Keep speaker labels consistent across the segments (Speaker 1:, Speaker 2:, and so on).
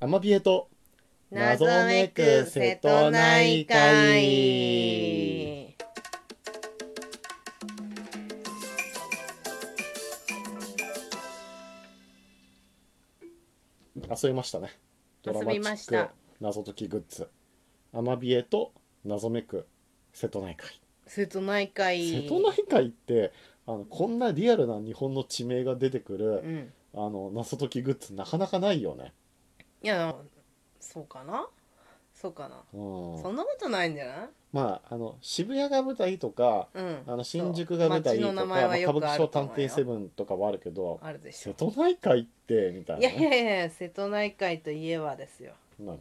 Speaker 1: アマビエと
Speaker 2: 謎めく瀬戸内海
Speaker 1: 遊びましたねドラマチ
Speaker 2: 遊びま
Speaker 1: ッ
Speaker 2: し
Speaker 1: ク
Speaker 2: た
Speaker 1: 謎解きグッズアマビエと謎めく瀬戸内海
Speaker 2: 瀬戸内海
Speaker 1: 瀬戸内海ってあのこんなリアルな日本の地名が出てくる、
Speaker 2: うん
Speaker 1: あの謎解きグッズなかなかないよね
Speaker 2: いやそうかなそうかな、
Speaker 1: うん
Speaker 2: そんなことないんじゃない
Speaker 1: まああの渋谷が舞台とか
Speaker 2: うん
Speaker 1: あの新宿が舞台と
Speaker 2: そ
Speaker 1: か、
Speaker 2: う街の
Speaker 1: まあ
Speaker 2: 名前はよ
Speaker 1: 歌
Speaker 2: く
Speaker 1: 舞伎町探
Speaker 2: あると思うよ
Speaker 1: 偵セブンとかはあるけど
Speaker 2: あるでし
Speaker 1: 瀬
Speaker 2: ょ
Speaker 1: 戸内海ってみたい
Speaker 2: い
Speaker 1: な
Speaker 2: や
Speaker 1: ね、
Speaker 2: いやいや瀬戸内海といえばですよ
Speaker 1: 何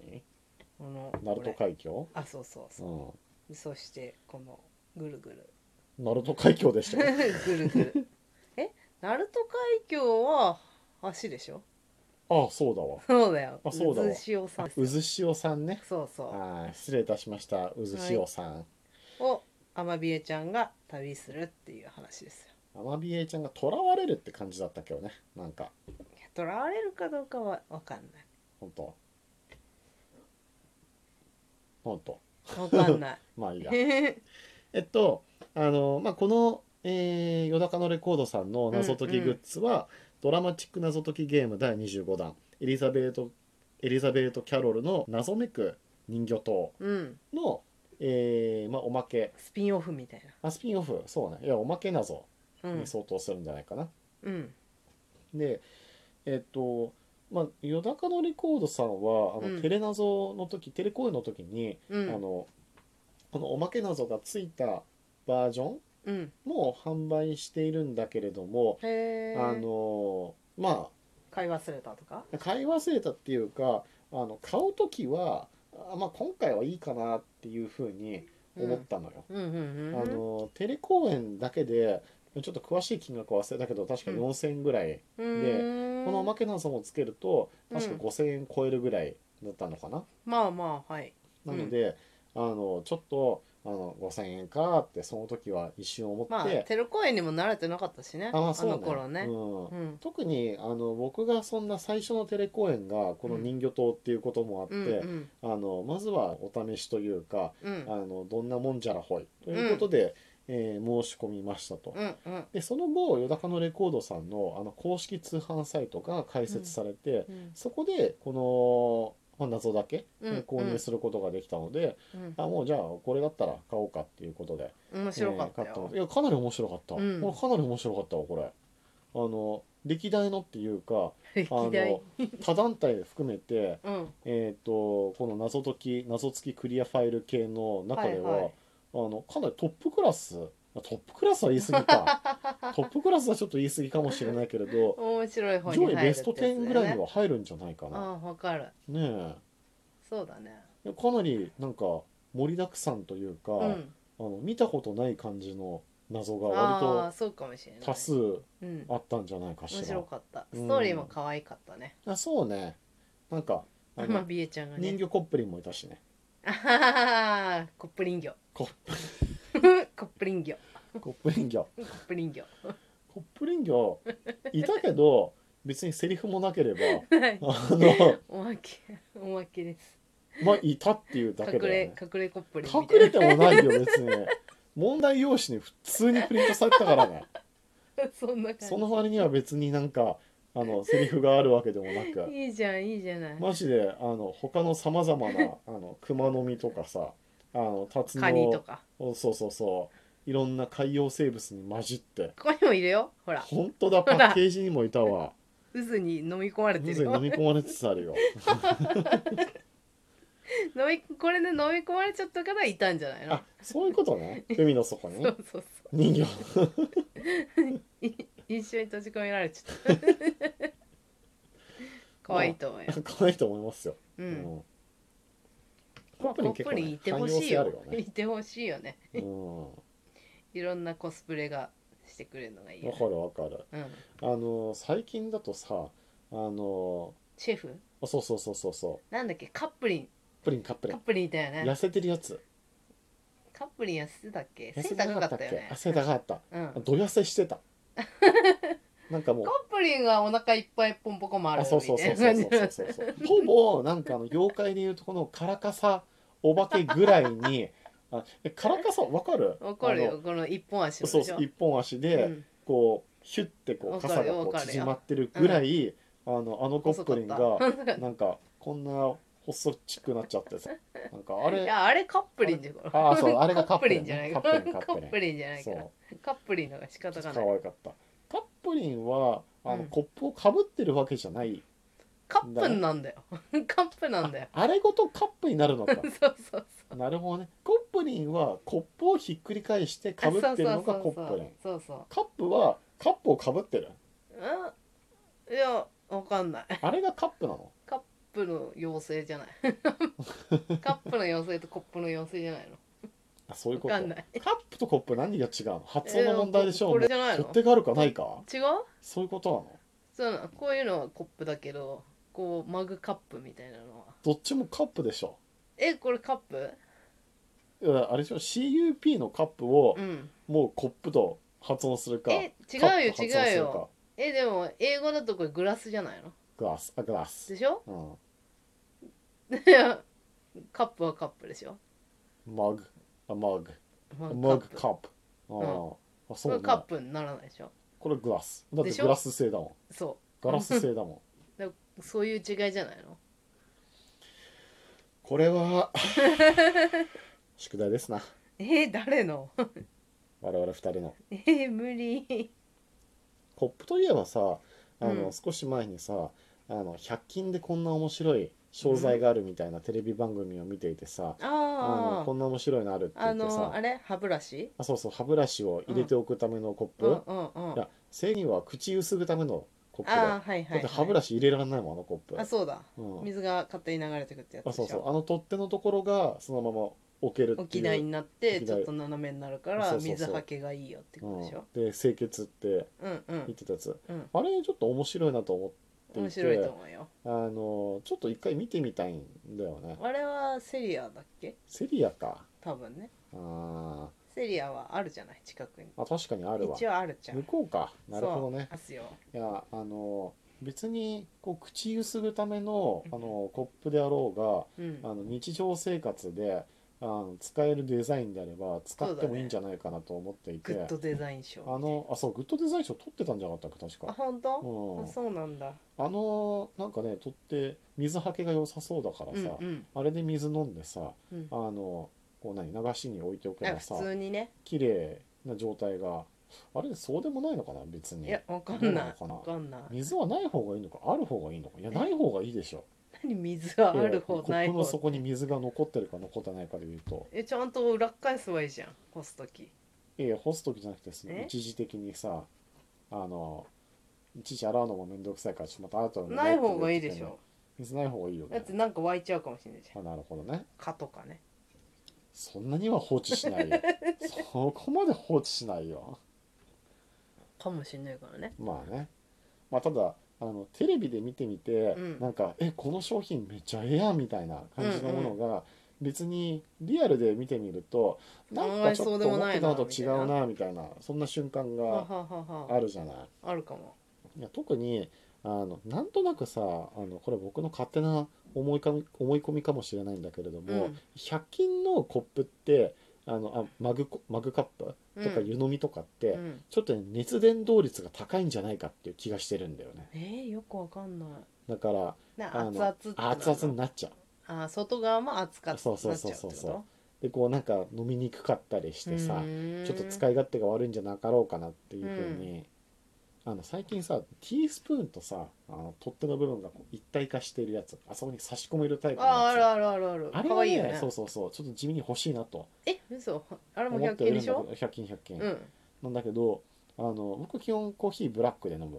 Speaker 2: この
Speaker 1: 鳴
Speaker 2: これ
Speaker 1: 門海峡
Speaker 2: あそうそう
Speaker 1: う
Speaker 2: そ
Speaker 1: ん
Speaker 2: うそしてこのぐるぐる
Speaker 1: 鳴門海峡でしたよ
Speaker 2: ぐるぐるえ鳴門海峡は橋でしょ
Speaker 1: ああそうだわ
Speaker 2: そうだよ
Speaker 1: あそうだわ
Speaker 2: 渦潮さんですよ
Speaker 1: 渦潮さんね
Speaker 2: そうそ
Speaker 1: ああ失礼いたしました渦潮さん、
Speaker 2: うをアマビエちゃんが旅するっていう話ですよ
Speaker 1: アマビエちゃんが囚われるって感じだったけどねなんか
Speaker 2: いや囚われるかどうかは分かんない
Speaker 1: ほんとほんと
Speaker 2: 分かんない
Speaker 1: ま あいいやえっとあの、まあ、この、えー、よだかのレコードさんの謎解きグッズは、ドラマチック謎解きゲーム第25弾エリザベート・エリザベート・キャロルの謎めく人魚島
Speaker 2: うん
Speaker 1: の、えーまあ、おまけ
Speaker 2: スピンオフみたい
Speaker 1: あスピンオフそうねいやおまけ謎
Speaker 2: なうん
Speaker 1: に相当するんじゃないかな、
Speaker 2: うん
Speaker 1: でえっとまあよだかのレコードさんはあの、
Speaker 2: うん
Speaker 1: テレ謎の時テレ公演の時に、
Speaker 2: うん
Speaker 1: あのこのおまけ謎がついたバージョン
Speaker 2: うん
Speaker 1: も販売しているんだけれども、
Speaker 2: へえ
Speaker 1: あのま
Speaker 2: 買い忘れたとか
Speaker 1: あ買い忘れたっていうかあの買う時はあまあ今回はいいかなっていうふうに思ったのよ。
Speaker 2: うんうん
Speaker 1: あのテレ公演だけでちょっと詳しい金額は忘れたけど確か
Speaker 2: うん
Speaker 1: 4,000円ぐらい、
Speaker 2: うん
Speaker 1: で
Speaker 2: うん
Speaker 1: このおまけ謎もつけると確か
Speaker 2: うん
Speaker 1: 5,000円超えるぐらいだったのかな。
Speaker 2: まあまあはい
Speaker 1: なので、あのちょっとあの5,000円かってその時は一瞬思って、
Speaker 2: まあテロ公演にも慣れてなかったしね
Speaker 1: あまあそうね
Speaker 2: の頃ね
Speaker 1: うん
Speaker 2: うん
Speaker 1: 特にあの僕がそんな最初のテレ公演がこの人魚島っていうこともあって、
Speaker 2: うんうん
Speaker 1: あのまずはお試しというか、
Speaker 2: うん
Speaker 1: あのどんなもんじゃらほいということで、えー申し込みましたと。
Speaker 2: うんうん
Speaker 1: でその後よだかのレコードさんのあの公式通販サイトが開設されて、
Speaker 2: うん
Speaker 1: そこでこの、まあ、謎だけ
Speaker 2: うん
Speaker 1: 購入することができたので、
Speaker 2: うん
Speaker 1: あもうじゃあこれだったら買おうかっていうことで
Speaker 2: 面白かった
Speaker 1: えー買
Speaker 2: よ
Speaker 1: のいやかなり面白かった、
Speaker 2: うん
Speaker 1: これかなり面白かったわこれあの歴代のっていうか あ
Speaker 2: 歴代
Speaker 1: の 他団体含めて
Speaker 2: うん
Speaker 1: えっ、とこの謎解き謎付きクリアファイル系の中では、
Speaker 2: はいはい
Speaker 1: あのかなりトップクラスあトップクラスは言い過ぎか トップクラスはちょっと言い過ぎかもしれないけれど
Speaker 2: 面白い方に
Speaker 1: 上
Speaker 2: 入
Speaker 1: 位
Speaker 2: る
Speaker 1: ベスト
Speaker 2: ってやつ
Speaker 1: 10
Speaker 2: だよね
Speaker 1: ぐらいには入るんじゃないか
Speaker 2: あ
Speaker 1: な
Speaker 2: あ分かる
Speaker 1: ね
Speaker 2: そうだね
Speaker 1: えかなりなんか盛りだくさんというか、
Speaker 2: うん
Speaker 1: あの見たことない感じの謎が割と
Speaker 2: ああそうかもしれない
Speaker 1: 多数
Speaker 2: うん
Speaker 1: あったんじゃないかし
Speaker 2: 面
Speaker 1: ら
Speaker 2: 白かった
Speaker 1: うん
Speaker 2: ストーリーも可愛かったね
Speaker 1: あそうねなんかあ
Speaker 2: まあ
Speaker 1: の
Speaker 2: ビエちゃんが
Speaker 1: 人
Speaker 2: ね
Speaker 1: 魚コップリンもいたしね
Speaker 2: あはははコップリン魚
Speaker 1: コッ
Speaker 2: コップリン魚
Speaker 1: プコップリン魚
Speaker 2: コップリン魚
Speaker 1: コップリン魚いたけど別にセリフもなけれ
Speaker 2: はい
Speaker 1: ばあの
Speaker 2: おまけおまけです
Speaker 1: まあいたっていうだけ
Speaker 2: 隠
Speaker 1: だよ
Speaker 2: れ
Speaker 1: ね
Speaker 2: 隠れコップリンみ
Speaker 1: 隠
Speaker 2: たいな
Speaker 1: れてもないよ別に問題用紙に普通にプリントされたからね
Speaker 2: そんな感じ
Speaker 1: その割には別になんかあのセリフがあるわけでもなく
Speaker 2: いいじゃんいいじゃない、
Speaker 1: マジであの他のさまざまな あの熊の実とかさあのタツノ
Speaker 2: カニとか
Speaker 1: おそうそうそういろんな海洋生物に混じって
Speaker 2: ここにもいるよほら
Speaker 1: 本当だパッケージにもいた わ
Speaker 2: 渦に飲み込まれ
Speaker 1: 渦
Speaker 2: て
Speaker 1: に
Speaker 2: る
Speaker 1: 飲
Speaker 2: よ
Speaker 1: み込まれつつあ るよ
Speaker 2: 飲みこれで飲み込まれちゃったからいたんじゃないの
Speaker 1: あそういうことね海の底に
Speaker 2: そうそうそ
Speaker 1: 人魚
Speaker 2: うい一緒に閉じ込められちゃった 可愛いと思うよ、
Speaker 1: 可愛いと思いますよ、
Speaker 2: う、
Speaker 1: うんコップリン
Speaker 2: コ
Speaker 1: 結
Speaker 2: ッ
Speaker 1: 構、
Speaker 2: プリン
Speaker 1: ね
Speaker 2: い、てほしい
Speaker 1: 汎用性あ
Speaker 2: よ
Speaker 1: るよね
Speaker 2: いてほしいよね
Speaker 1: うん
Speaker 2: いろんなコスプレがしてくれるのがいいよ
Speaker 1: わ
Speaker 2: ね、
Speaker 1: かるわかる
Speaker 2: うん、
Speaker 1: あの最近だとさあの
Speaker 2: シェフ
Speaker 1: あそうそうそうそうそう
Speaker 2: なんだっけカップリン
Speaker 1: プリンカップリ
Speaker 2: カッ
Speaker 1: ン
Speaker 2: プリンいたよね
Speaker 1: 痩せてるやつ
Speaker 2: カップリン痩せてたっけ
Speaker 1: 痩
Speaker 2: 背
Speaker 1: せてなか
Speaker 2: 高か
Speaker 1: っ
Speaker 2: ったた
Speaker 1: っけ
Speaker 2: よね
Speaker 1: あ背高かった
Speaker 2: うん
Speaker 1: ど痩せしてたなんかもう
Speaker 2: カップリンがお腹いっぱいポンポコもある
Speaker 1: あそうそう
Speaker 2: みた
Speaker 1: そう
Speaker 2: いな
Speaker 1: そう
Speaker 2: 感
Speaker 1: そ
Speaker 2: じ
Speaker 1: うそうそうほぼなんかあの業界でいうとこのカラカサお化けぐらいにあえカラカサわかる
Speaker 2: わかる
Speaker 1: あ
Speaker 2: よこの一本足
Speaker 1: の
Speaker 2: の
Speaker 1: そう
Speaker 2: でし
Speaker 1: そ
Speaker 2: ょ
Speaker 1: う一本足で、
Speaker 2: うん
Speaker 1: こうヒュッてこう
Speaker 2: わかる
Speaker 1: 傘が
Speaker 2: わ
Speaker 1: こ
Speaker 2: か
Speaker 1: う
Speaker 2: るよ
Speaker 1: 縮まってるぐらい、あのあのコップリンが
Speaker 2: 細かった
Speaker 1: なんかこんな細っちくなっちゃってさなんかあ
Speaker 2: い
Speaker 1: れ
Speaker 2: やあれカップリンじゃん
Speaker 1: あーそうあれがカップリン
Speaker 2: じゃない
Speaker 1: カ
Speaker 2: か
Speaker 1: ップリンカップリン
Speaker 2: カップリンじゃないか
Speaker 1: そ
Speaker 2: ら
Speaker 1: う
Speaker 2: カップリンのが仕
Speaker 1: ちょ
Speaker 2: 方
Speaker 1: っと
Speaker 2: が
Speaker 1: 可
Speaker 2: ない
Speaker 1: 愛かったカップリンはあの、
Speaker 2: うん
Speaker 1: コップをかぶってるわけじゃない
Speaker 2: カップなんだよ カップなんだよ
Speaker 1: あれごとカップになるの
Speaker 2: そ
Speaker 1: か
Speaker 2: うそうそう
Speaker 1: なるほどねコップリンはコップをひっくり返してかぶってるのがコップリン
Speaker 2: そうそうそう
Speaker 1: カップはカップをかぶってる
Speaker 2: そううんいやわかんないカッ
Speaker 1: あれがカップなの
Speaker 2: プの妖精じゃない カップの妖精とコップの妖精じゃないの
Speaker 1: あそういう
Speaker 2: わ
Speaker 1: こと
Speaker 2: か
Speaker 1: カ
Speaker 2: ん
Speaker 1: ッ
Speaker 2: ない
Speaker 1: プとコップ何が違うの発音の問題でしょ
Speaker 2: えー
Speaker 1: う
Speaker 2: こ
Speaker 1: ね
Speaker 2: れじゃない
Speaker 1: 取
Speaker 2: の
Speaker 1: っ手があるかないか
Speaker 2: 違う
Speaker 1: そういうことなの
Speaker 2: そうなのこういうのはコップだけどこうマグカップみたいなのは
Speaker 1: どっちもカップでしょ
Speaker 2: えこれカップ
Speaker 1: いやあれでしょ CUP のカップを
Speaker 2: うん
Speaker 1: もうコップと発音するか
Speaker 2: え違
Speaker 1: カップ発音
Speaker 2: うよ違う
Speaker 1: する
Speaker 2: よ
Speaker 1: か
Speaker 2: えでも英語だとこれグラスじゃないの
Speaker 1: グラスあグラス
Speaker 2: でしょ
Speaker 1: うん
Speaker 2: カップはカップでしょ
Speaker 1: マグあマグ
Speaker 2: マ
Speaker 1: マグ
Speaker 2: ップ
Speaker 1: カップあーあ
Speaker 2: こ
Speaker 1: そう
Speaker 2: れ
Speaker 1: ね
Speaker 2: カップにならないでしょ
Speaker 1: これグラスだって
Speaker 2: でし
Speaker 1: グ
Speaker 2: ょ
Speaker 1: ラス製だもん
Speaker 2: そ
Speaker 1: ガラス製だもん
Speaker 2: うだからそういう違いじゃないの
Speaker 1: これは宿題ですな
Speaker 2: えー誰の
Speaker 1: 我々二人の
Speaker 2: えー無理
Speaker 1: コップといえばさあの、
Speaker 2: うん
Speaker 1: 少し前にさあの100均でこんな面白い商材があるみたいなテレビ番組を見ていてさ、あ
Speaker 2: あ
Speaker 1: のこ
Speaker 2: あ
Speaker 1: んな面白いのあるって言
Speaker 2: あ
Speaker 1: ってさ
Speaker 2: のあれ歯ブラシ
Speaker 1: あそうそう歯ブラシを入れておくためのコップ、
Speaker 2: うんう
Speaker 1: い
Speaker 2: んうんあ
Speaker 1: や正義は口ゆすぐためのコップだよ
Speaker 2: あーはい
Speaker 1: だ
Speaker 2: は
Speaker 1: っ
Speaker 2: い
Speaker 1: て歯ブ
Speaker 2: ラ
Speaker 1: ラシ入れられないもんあのコップ
Speaker 2: あそうだ
Speaker 1: うん
Speaker 2: 水が勝手に流れてくってやつ
Speaker 1: あ
Speaker 2: でしょ
Speaker 1: そうそうあの取っ手のところがそのまま置けるって
Speaker 2: 沖
Speaker 1: い
Speaker 2: 縄
Speaker 1: う
Speaker 2: になって
Speaker 1: 沖
Speaker 2: ち
Speaker 1: 縄
Speaker 2: ょっと斜めになるか
Speaker 1: そ
Speaker 2: ら
Speaker 1: うそうそう
Speaker 2: 水はけがいいよってことでしょ
Speaker 1: うん、で清潔って
Speaker 2: うんう
Speaker 1: 言っ
Speaker 2: ん
Speaker 1: てたやつ、
Speaker 2: うん
Speaker 1: あれちょっと面白いなと思っていて
Speaker 2: 面白いと思うよ
Speaker 1: あのちょっと一回見てみたいんだよね
Speaker 2: あれはセリアだっけ
Speaker 1: セリアか
Speaker 2: 多分ね
Speaker 1: あー
Speaker 2: セリアはあるじゃない近くに
Speaker 1: あ確かにあるわ
Speaker 2: 一応あるじゃん
Speaker 1: 向こうかなるほどね
Speaker 2: そうあすよ
Speaker 1: いやあの別にこう口ゆすぐための
Speaker 2: うん
Speaker 1: あのコップであろ
Speaker 2: うん
Speaker 1: うがあの日常生活であの使えるデザインであれば使ってもいいんじゃないかなと思ってい
Speaker 2: グ
Speaker 1: て、
Speaker 2: ッドデザイン賞
Speaker 1: あのあそうグッドデザイン賞取ってたんじゃなかったっけ確か
Speaker 2: あ本
Speaker 1: う
Speaker 2: 当、
Speaker 1: ん
Speaker 2: あそうなんだ
Speaker 1: あのなんかね取って水はけが良さそうだから
Speaker 2: う
Speaker 1: さ、
Speaker 2: んうん
Speaker 1: あれで水飲んでさ
Speaker 2: うん
Speaker 1: あのこう何流しに置いておけ
Speaker 2: あ
Speaker 1: ばさ
Speaker 2: 普通にね
Speaker 1: 綺麗な状態があれそうでもないのかな別に
Speaker 2: いやわかんな
Speaker 1: ど
Speaker 2: い
Speaker 1: うなの
Speaker 2: わ
Speaker 1: か
Speaker 2: かんない
Speaker 1: 水はない方がいいのかある方がいいのかいやない方がいいでしょ
Speaker 2: 何水はある
Speaker 1: い
Speaker 2: 方
Speaker 1: やコ
Speaker 2: ない
Speaker 1: ップの
Speaker 2: 方
Speaker 1: 底に水が残ってるか残ってないかで言うと
Speaker 2: えちゃんと裏返すはいいじゃん干す時
Speaker 1: いやいや干す時じゃなくてその
Speaker 2: え
Speaker 1: 一時的にさあの一時洗うのもめんどくさいからちょっとまた後で
Speaker 2: ない方がいいでしょ
Speaker 1: 水ない方がいいよ
Speaker 2: だっ
Speaker 1: ね
Speaker 2: てなんか湧いちゃうかもしれないじゃん
Speaker 1: あなるほどね
Speaker 2: 蚊とかね
Speaker 1: そんなには放置しないよそこまで放置しないよ
Speaker 2: かもしれないからね
Speaker 1: まあねまあただあのテレビで見てみて、
Speaker 2: うん
Speaker 1: なんかえこの商品めっちゃええやんみたいな感じのものが、別にリアルで見てみるとなんかちょっと思ってたのと違うなみたいなそんな瞬間
Speaker 2: は
Speaker 1: が
Speaker 2: ははは
Speaker 1: あるじゃない。
Speaker 2: あるかも
Speaker 1: いや特にあのなんとなくさあのこれ僕の勝手な思いかみ思い込みかもしれないんだけれども、
Speaker 2: うん
Speaker 1: 100均のコップってあのあマグコマグカップ
Speaker 2: う
Speaker 1: と
Speaker 2: ん
Speaker 1: か湯飲みとかって、
Speaker 2: うん
Speaker 1: ちょっとね熱伝導率が高いんじゃないかっていう気がしてるんだよね
Speaker 2: えーよくわかんない
Speaker 1: だから
Speaker 2: な
Speaker 1: あ
Speaker 2: 熱
Speaker 1: の
Speaker 2: 々ってなの
Speaker 1: 熱々になっちゃう
Speaker 2: あ外側も熱かった
Speaker 1: そうそうそうそうそうでこうなんか飲みにくかったりしてさちょっと使い勝手が悪いんじゃなかろうかなっていうふうに、あの最近さティースプーンとさあの取っ手の部分がこう一体化しているやつあそこに差し込めるタイプの
Speaker 2: あある
Speaker 1: やつ
Speaker 2: あるあるある
Speaker 1: あれ
Speaker 2: か
Speaker 1: は
Speaker 2: わい
Speaker 1: ね
Speaker 2: いよね
Speaker 1: そうそうそうちょっと地味に欲しいなと
Speaker 2: え嘘あれも
Speaker 1: 思っ
Speaker 2: 100
Speaker 1: てはいる
Speaker 2: 均で
Speaker 1: ん
Speaker 2: し
Speaker 1: だ
Speaker 2: ょ
Speaker 1: けど100均100均、
Speaker 2: うん
Speaker 1: なんだけどあの僕基本コーヒーブラックで飲む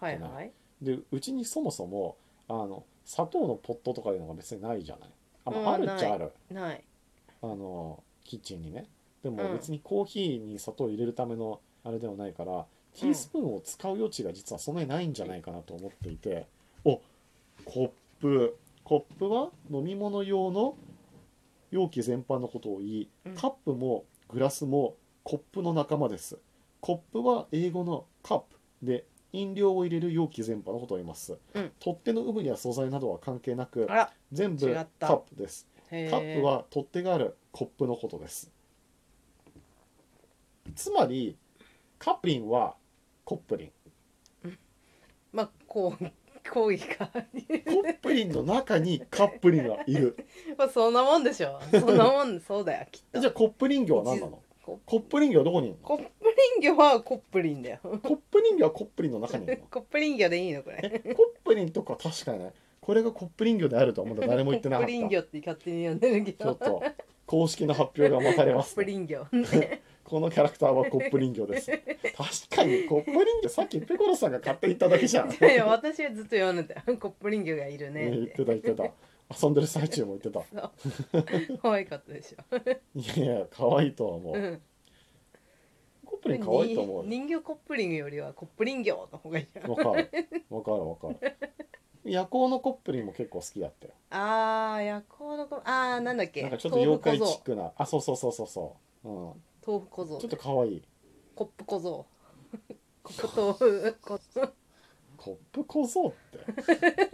Speaker 2: はいはい
Speaker 1: でうちにそもそもあの砂糖のポットとかいうのが別にないじゃないあ,、ま
Speaker 2: うん
Speaker 1: あ、あるっちゃある
Speaker 2: ない
Speaker 1: あのキッチンにねで
Speaker 2: う
Speaker 1: も
Speaker 2: ん
Speaker 1: 別にコーヒーに砂糖を入れるためのあれではないから、ティースプーンを使う余地が実はそんなにないんじゃないかなと思っていておコップコップは飲み物用の容器全般のことを言い
Speaker 2: うん
Speaker 1: カップもグラスもコップの仲間ですコップは英語のカップで飲料を入れる容器全般のことを言います、
Speaker 2: うん
Speaker 1: 取っ手の有無や素材などは関係なく
Speaker 2: あら
Speaker 1: 全部
Speaker 2: 違っ
Speaker 1: カ
Speaker 2: た
Speaker 1: ップです
Speaker 2: へー
Speaker 1: カップは取っ手があるコップのことですつまりカップリンはコップリン
Speaker 2: まあこう 行為が
Speaker 1: コップリンの中にカップリンがいる
Speaker 2: まあそんなもんでしょそんなもんそ うだよきっと
Speaker 1: じゃあコップリン業は何なの
Speaker 2: コ
Speaker 1: コップリン業はどこにいるの
Speaker 2: コップリン魚はコップリンだよ
Speaker 1: コップリン業はコップリンの中にいるの
Speaker 2: コップリン魚でいいのこれ
Speaker 1: えコップリンとか確かにねこれがコップリン魚であるとはまだ 誰も言ってなかっ
Speaker 2: コップリン
Speaker 1: た
Speaker 2: 魚って勝手に呼んでるけ
Speaker 1: ちょっ
Speaker 2: ど
Speaker 1: と公式の発表が待たれ
Speaker 2: コ
Speaker 1: ま
Speaker 2: ッ
Speaker 1: す
Speaker 2: プ
Speaker 1: ね、
Speaker 2: リン魚
Speaker 1: このキャラクターはコップリン魚です確かにコップリン魚さっきペコロさんが買って言っただけじゃん、
Speaker 2: いや私はずっと呼んでたよコップリン魚がいるね
Speaker 1: ね言っ
Speaker 2: って
Speaker 1: てた言ってた遊んでる最中も言ってた
Speaker 2: 可愛かったでしょ
Speaker 1: いやいや可愛いとは思う、
Speaker 2: うん
Speaker 1: コップリン可愛いと思うよ
Speaker 2: 人形コップリングよりはコップリン魚の方がいいな
Speaker 1: わかるわかるわかる夜行のコップリンも結構好きだったよ
Speaker 2: あー夜行の子あーなんだっけ
Speaker 1: なんかちょっと
Speaker 2: 豆
Speaker 1: 妖
Speaker 2: 腐小
Speaker 1: 怪チッ
Speaker 2: 僧
Speaker 1: クなあそうそうそうそうそう、うん、
Speaker 2: 豆腐小僧
Speaker 1: ちょっと可愛い
Speaker 2: コップ小 僧コップ豆腐コ
Speaker 1: コップ小僧って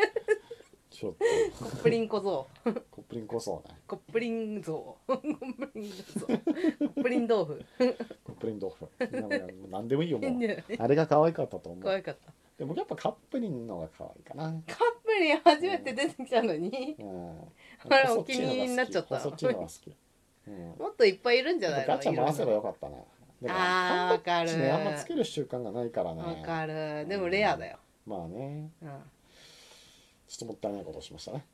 Speaker 1: ちょっ
Speaker 2: コップリン小僧
Speaker 1: とコップリン小僧ね
Speaker 2: コップリン像コップリン像コップリン豆腐
Speaker 1: コップリン豆腐なんか何でもいいよもう
Speaker 2: ね
Speaker 1: あれが可愛かったと思
Speaker 2: 可
Speaker 1: う
Speaker 2: 愛かった
Speaker 1: でもやっぱカップリンの方が可愛いかな
Speaker 2: カップリン初めて出てきたのに
Speaker 1: うん
Speaker 2: あれ
Speaker 1: 細
Speaker 2: お気に入りになっちゃった
Speaker 1: っちいのが好き細っちいのが好き、
Speaker 2: もっといっぱいいるんじ
Speaker 1: うん、
Speaker 2: ゃないの
Speaker 1: ガチャ回せばよかったなでも
Speaker 2: あーわか
Speaker 1: 缶バッ
Speaker 2: る
Speaker 1: ジねあんまつける習慣がないから
Speaker 2: いろんな
Speaker 1: ね
Speaker 2: わかるでもレアだよ、
Speaker 1: まあね
Speaker 2: うん
Speaker 1: ちょっともったいないことをしましたね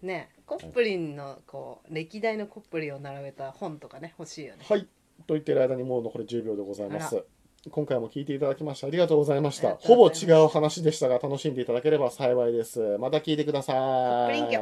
Speaker 2: ねコップリンのこう歴代のコップリンを並べた本とかね欲しいよね
Speaker 1: はいと言ってる間にもう残り10秒でございま
Speaker 2: あ
Speaker 1: す今回も聞いていただきましてありがとうございまし
Speaker 2: あ
Speaker 1: た
Speaker 2: りがと
Speaker 1: ほ
Speaker 2: う
Speaker 1: ぼ
Speaker 2: ございま
Speaker 1: 違
Speaker 2: す
Speaker 1: う話でしたが楽しんでいただければ幸いですまた聞いてください
Speaker 2: コップリンキョ